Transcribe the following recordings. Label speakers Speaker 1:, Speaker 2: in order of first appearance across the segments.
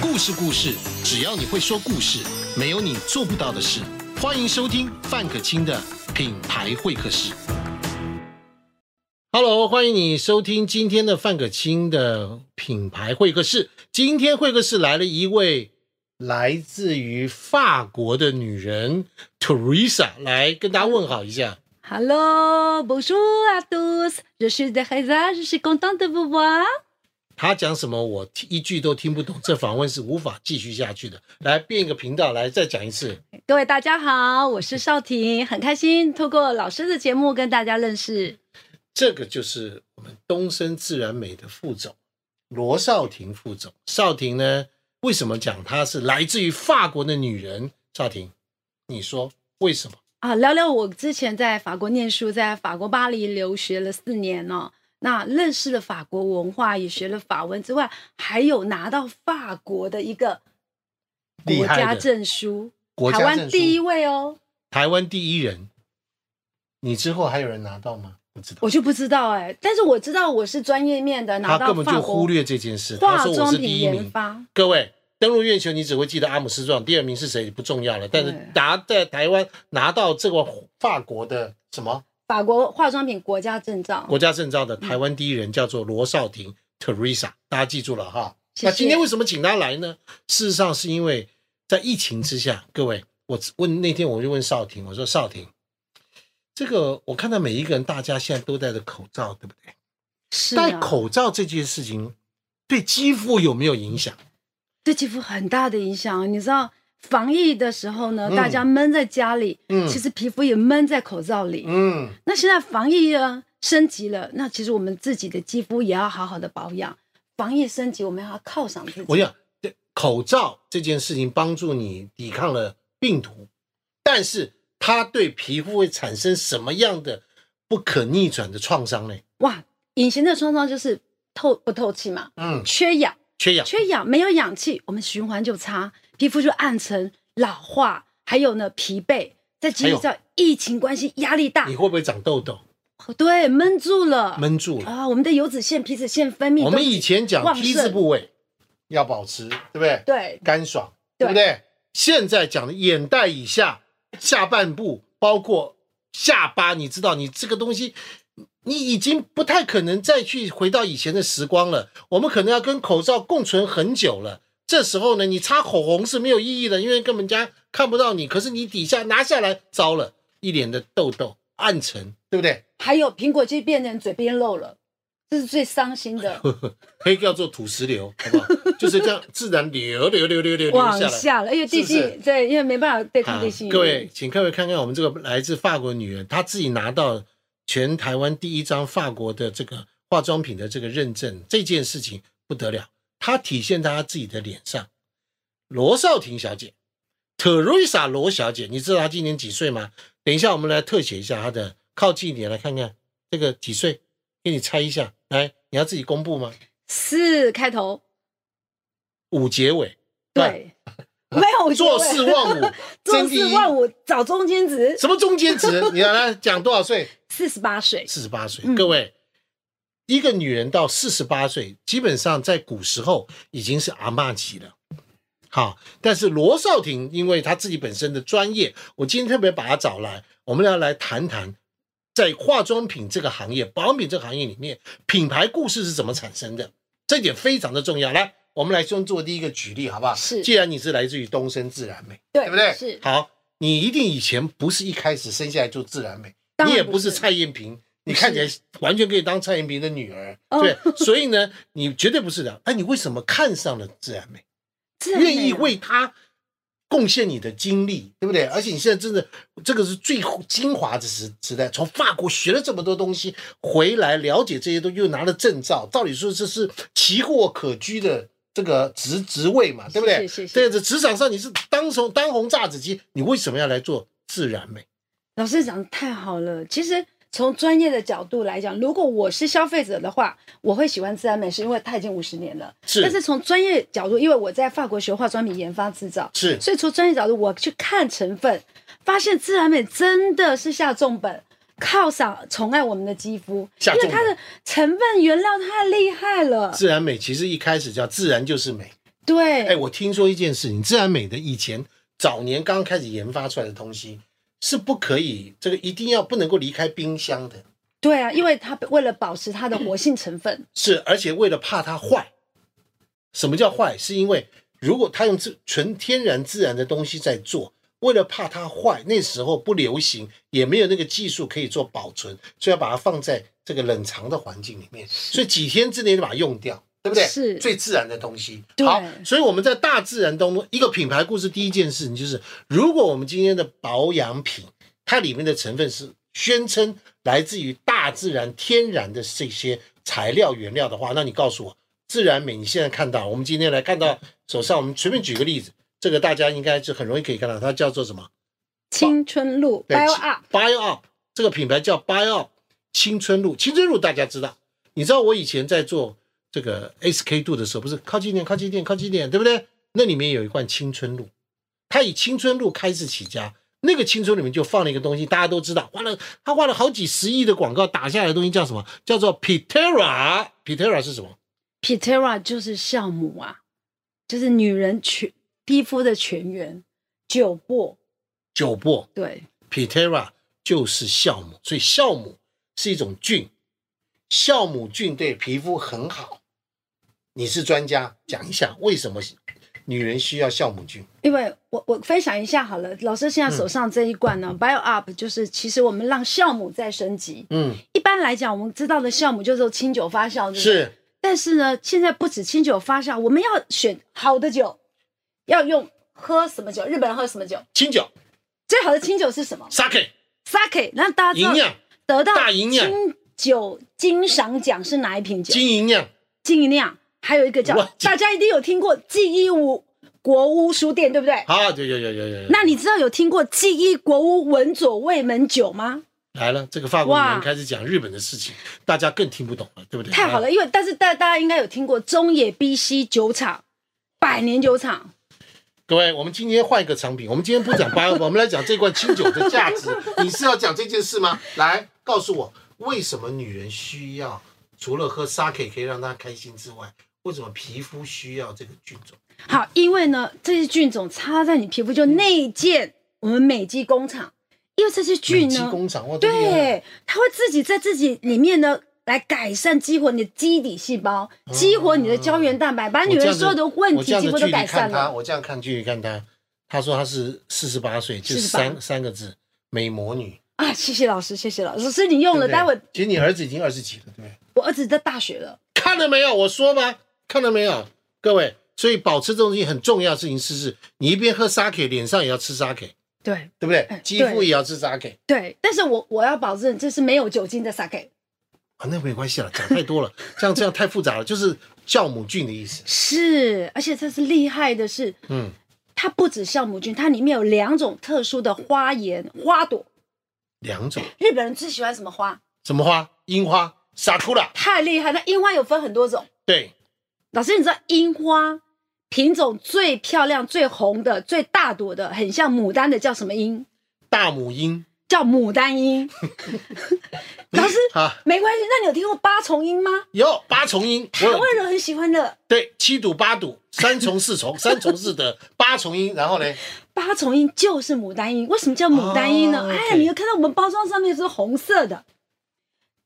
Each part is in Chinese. Speaker 1: 故事故事，只要你会说故事，没有你做不到的事。欢迎收听范可清的品牌会客室。Hello，欢迎你收听今天的范可清的品牌会客室。今天会客室来了一位来自于法国的女人 Teresa，来跟大家问好一下。
Speaker 2: Hello, bonjour à tous. Je suis de Reza, je suis contente de vous voir.
Speaker 1: 她讲什么我听一句都听不懂，这访问是无法继续下去的。来变一个频道，来再讲一次。
Speaker 2: 各位大家好，我是少婷，很开心透过老师的节目跟大家认识。
Speaker 1: 这个就是我们东升自然美的副总罗少婷副总。少婷呢，为什么讲她是来自于法国的女人？少婷，你说为什么？
Speaker 2: 啊，聊聊我之前在法国念书，在法国巴黎留学了四年哦。那认识了法国文化，也学了法文之外，还有拿到法国的一个
Speaker 1: 厉
Speaker 2: 国
Speaker 1: 害的
Speaker 2: 家证书，
Speaker 1: 国家
Speaker 2: 台
Speaker 1: 证
Speaker 2: 湾
Speaker 1: 书
Speaker 2: 第一位哦。
Speaker 1: 台湾第一人，你之后还有人拿到吗？不知道，
Speaker 2: 我就不知道哎、但是我知道我是专业面的，拿
Speaker 1: 他
Speaker 2: 到
Speaker 1: 根本就
Speaker 2: 法
Speaker 1: 忽
Speaker 2: 国
Speaker 1: 略这件事。他
Speaker 2: 化
Speaker 1: 说我
Speaker 2: 妆
Speaker 1: 是第
Speaker 2: 品
Speaker 1: 一
Speaker 2: 研
Speaker 1: 名。
Speaker 2: 发。
Speaker 1: 各位登陆月球，你只会记得阿姆斯壮，第二名是谁不重要了。但是
Speaker 2: 对
Speaker 1: 拿在台湾拿到这个法国的什么
Speaker 2: 法国化妆品国家证照。
Speaker 1: 国家证照的
Speaker 2: 嗯
Speaker 1: 台湾第一人叫做罗少廷 Teresa，大家记住了哈。
Speaker 2: 谢谢
Speaker 1: 那啊今天为什么请他来呢？事实上是因为在疫情之下，
Speaker 2: 嗯
Speaker 1: 各位，我问那天我就问少廷，我说少廷，这个我看到每一个人，大家现在都戴着口罩，对不对？
Speaker 2: 是啊
Speaker 1: 戴口罩这件事情对肌肤有没有影响？
Speaker 2: 对肌肤很大的影响。你知道防疫的时候呢，
Speaker 1: 嗯
Speaker 2: 大家闷在家里，
Speaker 1: 嗯
Speaker 2: 其实皮肤也闷在口罩里。
Speaker 1: 嗯，
Speaker 2: 那现在防疫呢升级了，那其实我们自己的肌肤也要好好的保养。防疫升级，我们要犒赏自
Speaker 1: 我
Speaker 2: 己。
Speaker 1: 想对口罩这件事情帮助你抵抗了病毒，但是它对皮肤会产生什么样的不可逆转的创伤呢？
Speaker 2: 哇，隐形的创伤就是透不透气嘛，
Speaker 1: 嗯，
Speaker 2: 缺氧。
Speaker 1: 缺氧。
Speaker 2: 缺氧没有氧气，我们循环就差，皮肤就暗沉、老化，还有呢疲惫。再
Speaker 1: 还
Speaker 2: 加
Speaker 1: 有
Speaker 2: 上疫情关系，压力大
Speaker 1: 你，会不会长痘痘？
Speaker 2: 对，闷住了，
Speaker 1: 闷住了。
Speaker 2: 啊，我们的油脂腺、皮脂腺分泌都，
Speaker 1: 我们以前讲
Speaker 2: 旺盛
Speaker 1: T 字部位要保持，对不对？
Speaker 2: 对
Speaker 1: 干爽，对
Speaker 2: 对
Speaker 1: 不对？现在讲的眼袋以下、下半部，包括下巴，你知道，你这个东西，你已经不太可能再去回到以前的时光了。我们可能要跟口罩共存很久了。这时候呢，你擦口红是没有意义的，因为根本人家看不到你。可是你底下拿下来，糟了，一脸的痘痘、暗沉，对不对？。
Speaker 2: 还有苹果肌变成嘴边肉了，这是最伤心的
Speaker 1: 可以叫做土石流，好 不好？就是这样自然流流流流流流
Speaker 2: 往
Speaker 1: 下来。
Speaker 2: 下了，因为地
Speaker 1: 是
Speaker 2: 心
Speaker 1: 不是
Speaker 2: 对，因为没办法对抗
Speaker 1: 啊
Speaker 2: 地心、
Speaker 1: 各位，，请各位看看我们这个来自法国的女人，她自己拿到全台湾第一张法国的这个化妆品的这个认证，这件事情不得了，她体现在她自己的脸上。罗少婷小姐，Teresa 罗小姐，你知道她今年几岁吗？等一下，我们来特写一下她的，靠近一点来看看这个几岁，给你猜一下。来，你要自己公布吗？
Speaker 2: 四开头，
Speaker 1: 五结尾，
Speaker 2: 对， 没有我觉
Speaker 1: 做
Speaker 2: 得
Speaker 1: 事 忘我，
Speaker 2: 做
Speaker 1: 真第
Speaker 2: 事
Speaker 1: 一。
Speaker 2: 忘我，找中间值，
Speaker 1: 什么中间值？你让他讲多少岁？
Speaker 2: 四十八岁，
Speaker 1: 四十八岁。
Speaker 2: 嗯
Speaker 1: 各位，一个女人到四十八岁，基本上在古时候已经是阿嬷级了。好，但是罗少廷因为他自己本身的专业，我今天特别把他找来，我们要来谈谈在化妆品这个行业、保养品这个行业里面，品牌故事是怎么产生的，这点非常的重要。来，我们来先做第一个举例，好不好？
Speaker 2: 是
Speaker 1: 既然你是来自于东升自然美。
Speaker 2: 对
Speaker 1: 对不对？
Speaker 2: 是，
Speaker 1: 好，你一定以前不是一开始生下来就自然美，
Speaker 2: 当
Speaker 1: 你
Speaker 2: 然
Speaker 1: 也
Speaker 2: 不
Speaker 1: 不是
Speaker 2: 是
Speaker 1: 蔡艳萍，你看起来完全可以当蔡艳萍的女儿，
Speaker 2: 哦
Speaker 1: 对。所以呢，你绝对不是的。那哎你为什么看上了自然美，
Speaker 2: 自然美啊
Speaker 1: 愿意为她贡献你的精力，对不对？而且你现在真的，这个是最精华的时时代，从法国学了这么多东西，回来了解这些东西，又拿了证照，照理说这是奇货可居的。这个职职位嘛，对不对？
Speaker 2: 是是是
Speaker 1: 对这职场上你是当红当红炸子鸡，你为什么要来做自然美？
Speaker 2: 老师讲的太好了。其实从专业的角度来讲，如果我是消费者的话，我会喜欢自然美，是因为它已经五十年了。
Speaker 1: 是
Speaker 2: 但是从专业角度，因为我在法国学化妆品研发制造，
Speaker 1: 是
Speaker 2: 所以从专业角度我去看成分，发现自然美真的是下重本。犒赏宠爱我们的肌肤，
Speaker 1: 下
Speaker 2: 因
Speaker 1: 重本
Speaker 2: 为它的成分原料太厉害了。
Speaker 1: 自然美其实一开始叫自然就是美，
Speaker 2: 对，
Speaker 1: 哎，我听说一件事情，自然美的以前早年刚开始研发出来的东西是不可以，这个一定要不能够离开冰箱的，
Speaker 2: 对啊，因为它为了保持它的活性成分，
Speaker 1: 是而且为了怕它坏。什么叫坏？是因为如果他用自纯天然自然的东西在做，为了怕它坏，那时候不流行，也没有那个技术可以做保存，所以要把它放在这个冷藏的环境里面，所以几天之内就把它用掉，对不对？
Speaker 2: 是
Speaker 1: 最自然的东西。
Speaker 2: 对
Speaker 1: 好，所以我们在大自然当中，一个品牌故事第一件事情就是，如果我们今天的保养品，它里面的成分是宣称来自于大自然天然的这些材料原料的话，那你告诉我，自然美你现在看到，我们今天来看到手上，我们随便举个例子，这个大家应该就很容易可以看到，它叫做什么
Speaker 2: 青春露
Speaker 1: 对
Speaker 2: Bio
Speaker 1: 青
Speaker 2: Up，
Speaker 1: ？Bio Up 这个品牌叫 Bio Up 青春露，青春露大家知道，你知道我以前在做这个 SK two 的时候，不是靠近一点，靠近一点，靠近一点，对不对？那里面有一罐青春露，它以青春露开始起家。那个青春里面就放了一个东西，大家都知道，花了他花了好几十亿的广告打下来的东西叫什么？叫做 Pitera。Pitera 是什么？
Speaker 2: Pitera 就是酵母啊，就是女人全皮肤的全员酒粕，
Speaker 1: 酒粕。
Speaker 2: 对
Speaker 1: Pitera 就是酵母，所以酵母是一种菌，酵母菌对皮肤很好。你是专家，讲一下为什么女人需要酵母菌？
Speaker 2: 因为我我分享一下好了，老师现在手
Speaker 1: 嗯
Speaker 2: 上这一罐呢、b i o Up 就是其实我们让酵母再升级。
Speaker 1: 嗯，
Speaker 2: 一般来讲，我们知道的酵母就是清酒发酵，对不对
Speaker 1: 是
Speaker 2: 但是呢，现在不止清酒发酵，我们要选好的酒，要用喝什么酒？日本人喝什么酒？
Speaker 1: 清酒、
Speaker 2: 最好的清酒是什么
Speaker 1: sake、
Speaker 2: ？Sake。那大家
Speaker 1: 营
Speaker 2: 知道
Speaker 1: 养、
Speaker 2: 得到
Speaker 1: 大营养
Speaker 2: 清酒金赏奖是哪一瓶酒？
Speaker 1: 金营养，
Speaker 2: 金一酿，还有一个叫
Speaker 1: 哇
Speaker 2: 大家一定有听过记忆五国屋书店，对不对？
Speaker 1: 啊，对，有有有有有，
Speaker 2: 那你知道有听过记忆国屋文佐卫门酒吗？
Speaker 1: 来了，这个法国女人
Speaker 2: 哇
Speaker 1: 开始讲日本的事情，大家更听不懂了，对不对？
Speaker 2: 太好
Speaker 1: 来，
Speaker 2: 了，因为但是大大家应该有听过中野 BC 酒厂、百年酒厂，
Speaker 1: 各位，我们今天换一个产品，我们今天不讲八二八，我们来讲这罐清酒的价值。 你是要讲这件事吗？来，告诉我，为什么女人需要除了喝 sake 可以让她开心之外，为什么皮肤需要这个菌种？
Speaker 2: 好，因为呢，这些菌种插在你皮肤就内建我们美肌工厂，因为这些菌
Speaker 1: 美肌
Speaker 2: 呢，
Speaker 1: 工厂哇，这么厉害
Speaker 2: 对，它会自己在自己里面呢来改善激活你的基底细胞，激活你的胶原蛋白，把
Speaker 1: 我
Speaker 2: 女
Speaker 1: 这样
Speaker 2: 人
Speaker 1: 子
Speaker 2: 所有的问
Speaker 1: 我这
Speaker 2: 题
Speaker 1: 样
Speaker 2: 几
Speaker 1: 的
Speaker 2: 乎
Speaker 1: 距
Speaker 2: 都
Speaker 1: 离
Speaker 2: 改善
Speaker 1: 看他，
Speaker 2: 了。
Speaker 1: 我这样看距离看他，他说他是四十八岁，就
Speaker 2: 48
Speaker 1: 三三个字，美魔女。
Speaker 2: 啊，谢谢老师，谢谢老师，老师你用
Speaker 1: 对
Speaker 2: 了，
Speaker 1: 不对
Speaker 2: 待会
Speaker 1: 其实你儿子已经二十几了，对不对？
Speaker 2: 我儿子在大学了。
Speaker 1: 看了没有？我说吧，看了没有？各位，所以保持这种东西很重要的事情是是，你一边喝 sake，脸上也要吃 sake，
Speaker 2: 对
Speaker 1: 对不对
Speaker 2: 哎？
Speaker 1: 肌肤
Speaker 2: 对
Speaker 1: 也要吃 sake
Speaker 2: 对，但是我我要保证这是没有酒精的 sake。
Speaker 1: 啊，那没关系了，讲太多 了，这样这样太复杂了，就是酵母菌的意思。
Speaker 2: 是，而且这是厉害的是，
Speaker 1: 嗯，
Speaker 2: 它不止酵母菌，它里面有两种特殊的花盐花朵。
Speaker 1: 两种，
Speaker 2: 日本人最喜欢什么花？
Speaker 1: 什么花？樱花、傻哭了。
Speaker 2: 太厉害！那樱花有分很多种，
Speaker 1: 对，
Speaker 2: 老师，你知道樱花品种最漂亮、最红的、最大朵的，很像牡丹的叫什么樱？
Speaker 1: 大母樱。
Speaker 2: 叫牡丹 樱。老师，
Speaker 1: 啊，
Speaker 2: 没关系，那你有听过八重樱吗？
Speaker 1: 有八重樱，我
Speaker 2: 台
Speaker 1: 有
Speaker 2: 湾人很喜欢的
Speaker 1: 对七堵八堵，三重四重，三重四德，八重樱，然后呢？
Speaker 2: 八重樱就是牡丹樱。为什么叫牡丹樱呢？
Speaker 1: 哦
Speaker 2: 哎，
Speaker 1: OK
Speaker 2: 你有看到我们包装上面是红色的，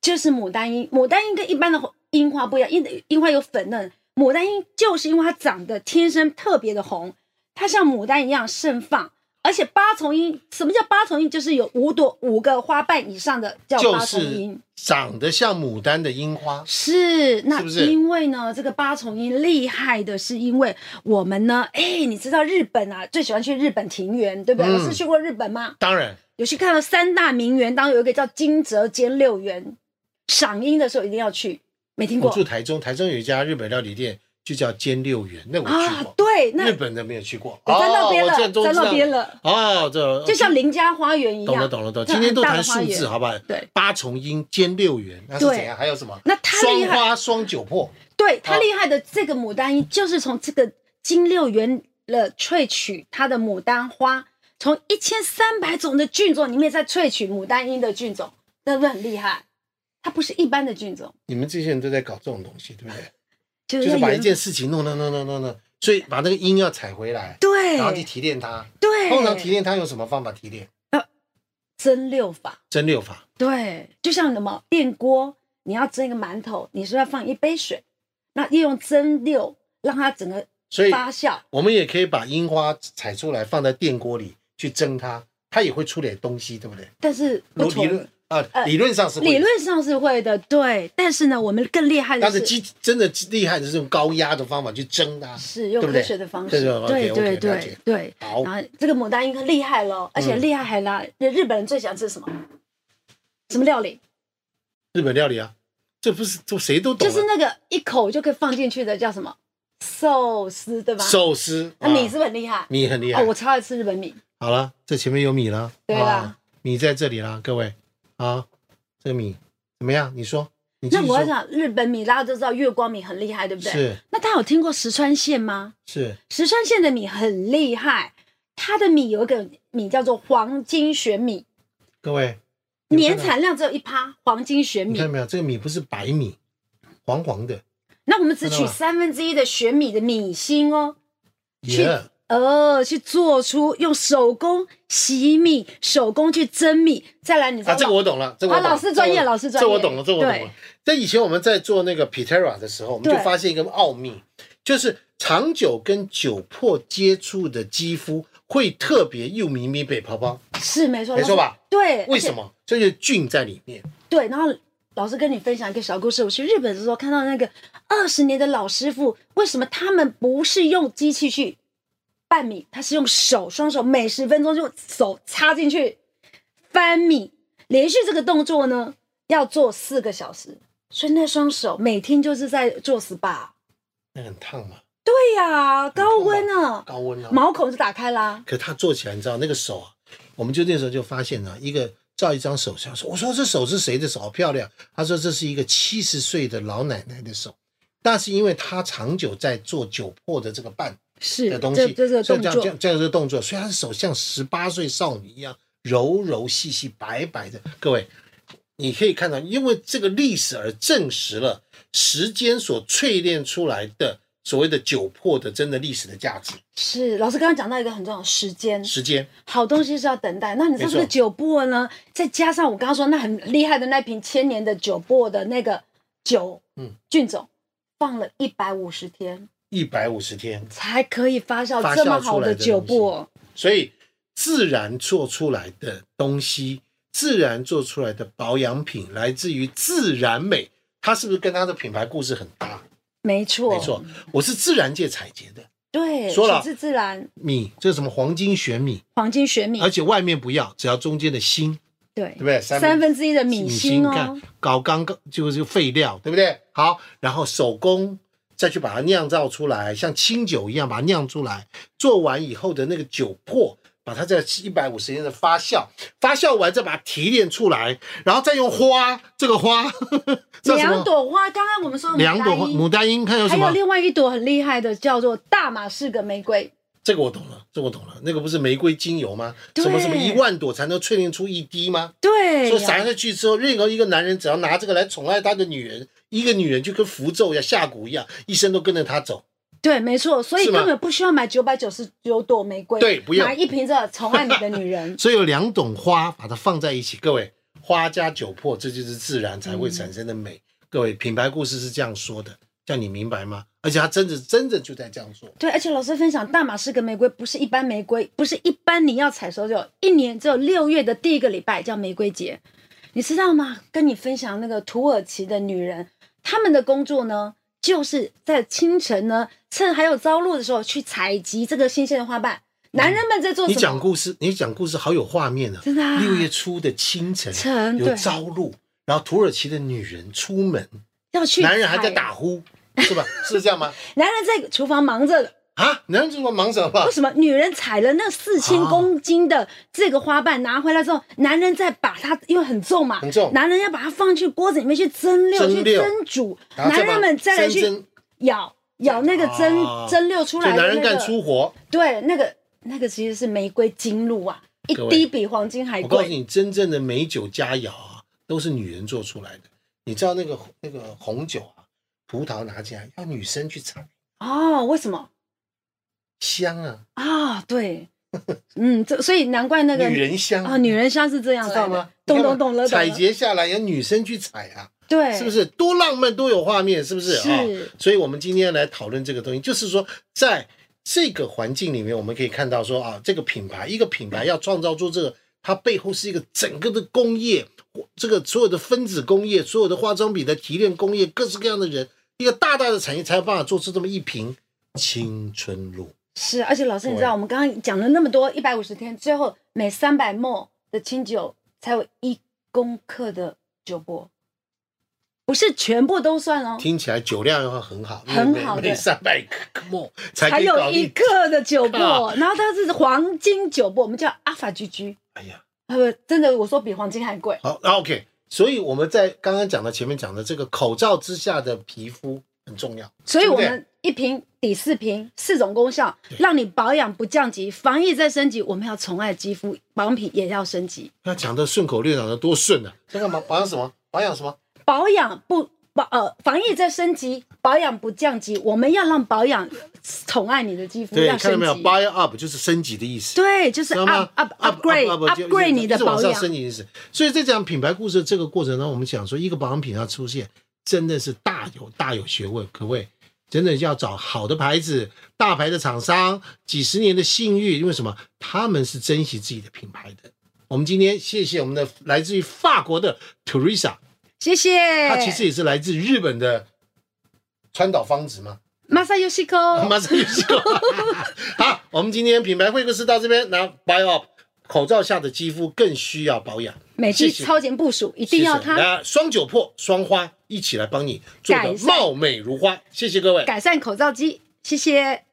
Speaker 2: 就是牡丹樱。牡丹樱跟一般的红樱花不一样，樱樱花有粉嫩，牡丹樱就是因为它长得天生特别的红，它像牡丹一样盛放。而且八重樱，什么叫八重樱？就是有五朵、五个花瓣以上的叫
Speaker 1: 就
Speaker 2: 八重
Speaker 1: 是
Speaker 2: 樱。
Speaker 1: 长得像牡丹的樱花，
Speaker 2: 是，那
Speaker 1: 是不是
Speaker 2: 因为呢，这个八重樱厉害的是因为我们呢，哎，你知道日本啊，最喜欢去日本庭园，对不对？
Speaker 1: 嗯
Speaker 2: 老师去过日本吗？
Speaker 1: 当然
Speaker 2: 有去看到三大名园，当中有一个叫金泽间六园，赏樱的时候一定要去，没听
Speaker 1: 我
Speaker 2: 过
Speaker 1: 住台中，台中有一家日本料理店，就叫煎六元，那我去
Speaker 2: 啊
Speaker 1: 过。？
Speaker 2: 对，那
Speaker 1: 日本的没有去过，
Speaker 2: 我在那边了
Speaker 1: 哦我这都
Speaker 2: 在那
Speaker 1: 知道
Speaker 2: 边了
Speaker 1: 哦，这
Speaker 2: 就像邻家花园一样，
Speaker 1: 懂了懂了懂了，
Speaker 2: 那
Speaker 1: 今天都
Speaker 2: 很大的
Speaker 1: 谈
Speaker 2: 花
Speaker 1: 数字，
Speaker 2: 园
Speaker 1: 好不好？
Speaker 2: 对
Speaker 1: 八重樱兼六元，那是
Speaker 2: 对
Speaker 1: 怎样？还有什么？
Speaker 2: 那太
Speaker 1: 双
Speaker 2: 厉害
Speaker 1: 花双九破，
Speaker 2: 对它
Speaker 1: 好
Speaker 2: 厉害的这个牡丹樱，就是从这个金六园了萃取它的牡丹花，从一千三百种的菌种里面再萃取牡丹樱的菌种，那是不是很厉害？它不是一般的菌种，
Speaker 1: 你们这些人都在搞这种东西，对不对？
Speaker 2: 就
Speaker 1: 就是
Speaker 2: 在
Speaker 1: 把
Speaker 2: 研
Speaker 1: 一件事情弄弄弄弄弄弄，所以把那个音要采回来，
Speaker 2: 对
Speaker 1: 然后去提炼它。
Speaker 2: 对，
Speaker 1: 通常提炼它用什么方法提炼？
Speaker 2: 蒸馏法，
Speaker 1: 蒸馏法。
Speaker 2: 对，就像什么电锅，你要蒸一个馒头，你是不是要放一杯水，那利用蒸馏让它整个
Speaker 1: 所以
Speaker 2: 发酵，
Speaker 1: 我们也可以把樱花采出来放在电锅里去蒸它，它也会出点东西，对不对？
Speaker 2: 但是不
Speaker 1: 如理
Speaker 2: 同
Speaker 1: 论啊，
Speaker 2: 呃
Speaker 1: 理论上是会
Speaker 2: 理，论上是会的，对，但是呢，我们更厉害的
Speaker 1: 但
Speaker 2: 是
Speaker 1: 是机真的厉害就是用高压的方法去蒸它。
Speaker 2: 是用
Speaker 1: 对不
Speaker 2: 科
Speaker 1: 对
Speaker 2: 学的方式，
Speaker 1: 对对
Speaker 2: 对对
Speaker 1: 对了
Speaker 2: 对
Speaker 1: 解
Speaker 2: 对。
Speaker 1: 好，
Speaker 2: 然后这个牡丹樱厉害了，而且
Speaker 1: 嗯
Speaker 2: 厉害还拉、日本人最喜欢吃什么？什么料理？
Speaker 1: 日本料理啊，这不是这谁都懂
Speaker 2: 就
Speaker 1: 啊，
Speaker 2: 是那个一口就可以放进去的，叫什么寿司，对吧？
Speaker 1: 寿司。
Speaker 2: 那
Speaker 1: 啊
Speaker 2: 你是不是很厉害？
Speaker 1: 你很厉害
Speaker 2: 哦，。我超爱吃日本米。
Speaker 1: 好了，这前面有米了，
Speaker 2: 对啦
Speaker 1: 啊，米在这里啦，各位啊，这个米怎么样？你说，你继
Speaker 2: 那
Speaker 1: 续
Speaker 2: 我要
Speaker 1: 说
Speaker 2: 讲日本米，大家都知道月光米很厉害，对不对？
Speaker 1: 是
Speaker 2: 那大家有听过石川县吗？
Speaker 1: 是
Speaker 2: 石川县的米很厉害，它的米有一个米叫做黄金玄米，
Speaker 1: 各位，你们
Speaker 2: 年
Speaker 1: 看到
Speaker 2: 产量只有一趴，黄金玄
Speaker 1: 你
Speaker 2: 米
Speaker 1: 看。到没有？这个米不是白米，黄黄的，
Speaker 2: 那我们只
Speaker 1: 看到
Speaker 2: 取
Speaker 1: 吗
Speaker 2: 三分之一的玄米的米芯哦，去
Speaker 1: 耶、
Speaker 2: 呃，去做出用手工洗米、手工去蒸米，再来你知道
Speaker 1: 啊，
Speaker 2: 吗
Speaker 1: 这个我懂了，这个我懂
Speaker 2: 啊老师专业
Speaker 1: 这我
Speaker 2: 老师专业
Speaker 1: 这我懂了，这我懂
Speaker 2: 对
Speaker 1: 了。在以前我们在做那个 Pitera 的时候，我们就
Speaker 2: 对
Speaker 1: 发现一个奥秘，就是长久跟酒粕接触的肌肤会特别又迷迷被泡泡，
Speaker 2: 是没错，
Speaker 1: 没错吧？
Speaker 2: 对，
Speaker 1: 为
Speaker 2: 而且
Speaker 1: 什么？这就是菌在里面。
Speaker 2: 对，然后老师跟你分享一个小故事，我去日本的时候看到那个二十年的老师傅，为什么他们不是用机器去拌米，他是用手，双手每十分钟就手插进去翻米，连续这个动作呢要做四个小时，所以那双手每天就是在做 SPA。
Speaker 1: 那很烫嘛，
Speaker 2: 对呀、高温啊，
Speaker 1: 高温啊。
Speaker 2: 毛孔就打开啦。
Speaker 1: 可他做起来，你知道那个手啊，我们就那时候就发现了、一个照一张手相说，我说这手是谁的手？好漂亮。他说这是一个七十岁的老奶奶的手，但是因为她长久在做酒粕的这个拌
Speaker 2: 是
Speaker 1: 的东
Speaker 2: 这
Speaker 1: 西，
Speaker 2: 这个
Speaker 1: 所
Speaker 2: 动
Speaker 1: 以这样这
Speaker 2: 作
Speaker 1: 样这样的动作，所以她的手像十八岁少女一样柔柔细细白白的。各位，你可以看到，因为这个历史而证实了时间所淬炼出来的所谓的酒粕的真的历史的价值，
Speaker 2: 是老师刚刚讲到一个很重要的时间，
Speaker 1: 时间
Speaker 2: 好东西是要等待。那你知道
Speaker 1: 没
Speaker 2: 这
Speaker 1: 错
Speaker 2: 个酒粕呢？再加上我刚刚说那很厉害的那瓶千年的酒粕的那个酒，
Speaker 1: 嗯，
Speaker 2: 菌种放了一百五十天
Speaker 1: 一百五十天。
Speaker 2: 才可以发酵
Speaker 1: 发酵
Speaker 2: 这么好
Speaker 1: 出来的
Speaker 2: 酒粕，
Speaker 1: 所以自然做出来的东西，自然做出来的保养品，来自于自然美，它是不是跟它的品牌故事很搭？
Speaker 2: 没错，
Speaker 1: 没错，，我是自然界采集的
Speaker 2: 对，
Speaker 1: 说了
Speaker 2: 取自自然
Speaker 1: 米，这是什么黄金玄米，
Speaker 2: 黄金玄米
Speaker 1: 而，且外面不要，只要中间的芯，
Speaker 2: 对
Speaker 1: 哎对不，对？三
Speaker 2: 三分之一的米芯
Speaker 1: 芯
Speaker 2: 哦
Speaker 1: 看，搞刚刚就是废料，对不对？好，然后手工再去把它酿造出来，像清酒一样把它酿出来。做完以后的那个酒粕，把它在一百五十天的发酵，发酵完再把它提炼出来，然后再用花，这个花， 呵呵叫什
Speaker 2: 两
Speaker 1: 么？
Speaker 2: 朵花，刚刚我们说的
Speaker 1: 两朵
Speaker 2: 牡丹
Speaker 1: 花，
Speaker 2: 樱
Speaker 1: 牡丹樱，看有
Speaker 2: 还
Speaker 1: 什
Speaker 2: 有
Speaker 1: 么？
Speaker 2: 另外一朵很厉害的，叫做大马士革玫瑰。
Speaker 1: 这个我懂了，这个我懂了。那个不是玫瑰精油吗？
Speaker 2: 对
Speaker 1: 什么什么一万朵才能淬炼出一滴吗？
Speaker 2: 对
Speaker 1: 说
Speaker 2: 呀
Speaker 1: 撒下去之后，任何一个男人只要拿这个来宠爱他的女人，一个女人就跟符咒一样、下蛊一样，一生都跟着他走。
Speaker 2: 对，没错，所以
Speaker 1: 是吗
Speaker 2: 根本不需要买九百九十九朵玫瑰，
Speaker 1: 对不用
Speaker 2: 买一瓶这宠爱你的女 人。
Speaker 1: 所以有两种花，把它放在一起，各位，花加酒粕，这就是自然才会产生的美。各位，品牌故事是这样说的，这样你明白吗？而且他真的真的就在这样做，
Speaker 2: 对，而且老师分享，大马士革玫瑰不是一般玫瑰，不是一般你要采收就有一年只有六月的第一个礼拜叫玫瑰节，你知道吗？跟你分享那个土耳其的女人，她们的工作呢，就是在清晨呢，趁还有朝露的时候去采集这个新鲜的花瓣。男人们在做什
Speaker 1: 你
Speaker 2: 么？
Speaker 1: 讲故事，你讲故事好有画面啊！
Speaker 2: 真的啊
Speaker 1: 六月初的清晨，
Speaker 2: 晨
Speaker 1: 有
Speaker 2: 对
Speaker 1: 朝露，然后土耳其的女人出门，
Speaker 2: 要去
Speaker 1: 男人还
Speaker 2: 采
Speaker 1: 在打呼，是吧？是这样吗？
Speaker 2: 男人在厨房忙着的，
Speaker 1: 啊，男人怎么忙什么
Speaker 2: 为？什么女人采了那四千
Speaker 1: 啊
Speaker 2: 公斤的这个花瓣拿回来之后，男人再把它，因为很重嘛，
Speaker 1: 很重
Speaker 2: 男人要把它放去锅子里面去蒸馏、
Speaker 1: 嗯蒸馏
Speaker 2: 去蒸煮，
Speaker 1: 然后
Speaker 2: 男
Speaker 1: 再把
Speaker 2: 人们再来
Speaker 1: 蒸
Speaker 2: 去
Speaker 1: 蒸
Speaker 2: 咬咬那个蒸、
Speaker 1: 啊
Speaker 2: 蒸馏出
Speaker 1: 就
Speaker 2: 来的
Speaker 1: 男人
Speaker 2: 那
Speaker 1: 干
Speaker 2: 个，
Speaker 1: 粗活。
Speaker 2: 对，那个那个其实是玫瑰金露啊，一
Speaker 1: 各位
Speaker 2: 滴比黄金还
Speaker 1: 我告诉
Speaker 2: 贵，
Speaker 1: 你，真正的美酒佳肴啊，都是女人做出来的。你知道那个那个红酒啊，葡萄拿进来要女生去采，
Speaker 2: 哦，为什么？
Speaker 1: 香啊，
Speaker 2: 啊，对，嗯，这所以难怪那个
Speaker 1: 女人香
Speaker 2: 啊，女人香是这样
Speaker 1: 知
Speaker 2: 子
Speaker 1: 道吗
Speaker 2: 的，？懂懂懂了，懂
Speaker 1: 采
Speaker 2: 了，
Speaker 1: 撷下来有女生去采啊，
Speaker 2: 对，
Speaker 1: 是不？是多浪漫多有画面？是不是啊、
Speaker 2: 是
Speaker 1: 所以我们今天来讨论这个东西，就是说在这个环境里面，我们可以看到说啊，这个品牌一个品牌要创造出这个，它背后是一个整个的工业，这个所有的分子工业、所有的化妆品的提炼工业，各式各样的人，一个大大的产业才有办法做出这么一瓶青春露。
Speaker 2: 是，而且老师，你知
Speaker 1: 对
Speaker 2: 道我们刚刚讲了那么多，一百五十天，最后每三百沫的清酒才有一公克的酒粕，不是全部都算哦，
Speaker 1: 听起来酒量要很好，因为
Speaker 2: 很
Speaker 1: 每
Speaker 2: 好的
Speaker 1: 每三百克 莫才
Speaker 2: 还
Speaker 1: 可以搞
Speaker 2: 有一
Speaker 1: 定。
Speaker 2: 克 的酒
Speaker 1: 啊
Speaker 2: 粕，然后它是黄金酒粕，我们叫阿法居居，
Speaker 1: 哎呀，
Speaker 2: 呃，不真的，我说比黄金还贵，
Speaker 1: 好那，OK。所以我们在刚刚讲的前面讲的这个口罩之下的皮肤很重要，
Speaker 2: 所以
Speaker 1: 对不
Speaker 2: 我
Speaker 1: 对
Speaker 2: 们一瓶抵四瓶，四种功效，让你保养不降级，防疫在升级，我们要宠爱肌肤，保养品也要升级，
Speaker 1: 要讲的顺口溜讲的多顺啊！在干嘛？保养什么？保养什么？
Speaker 2: 保养不保呃防疫在升级，保养不降级，我们要让保养宠爱你的肌肤，
Speaker 1: 对，
Speaker 2: 要
Speaker 1: 看到
Speaker 2: 升
Speaker 1: 没有
Speaker 2: 级。
Speaker 1: ？Buy up 就是升级的意思，
Speaker 2: 对，就是
Speaker 1: 知道吗
Speaker 2: up up upgrade
Speaker 1: up-
Speaker 2: upgrade 你的
Speaker 1: 就是往
Speaker 2: 保
Speaker 1: 上
Speaker 2: 养，
Speaker 1: 升级的意思。所以在讲品牌故事的这个过程中，我们讲说一个保养品要出现，真的是大有大有学问，可谓真的要找好的牌子、大牌的厂商，几十年的信誉，因为什么？他们是珍惜自己的品牌的。我们今天谢谢我们的来自于法国的 Teresa，
Speaker 2: 谢谢。
Speaker 1: 她其实也是来自日本的川岛芳子嘛。
Speaker 2: 马萨尤西科，
Speaker 1: 马上就笑。 好，我们今天品牌会客室到这边，那 Buy Up 口罩下的肌肤更需要保养，
Speaker 2: 每
Speaker 1: 谢
Speaker 2: 季
Speaker 1: 谢
Speaker 2: 超前部署，一定要
Speaker 1: 谢谢
Speaker 2: 它
Speaker 1: 那双九破双花一起来帮你做的
Speaker 2: 改善
Speaker 1: 貌美如花，谢谢各位。
Speaker 2: 改善口罩肌，谢谢。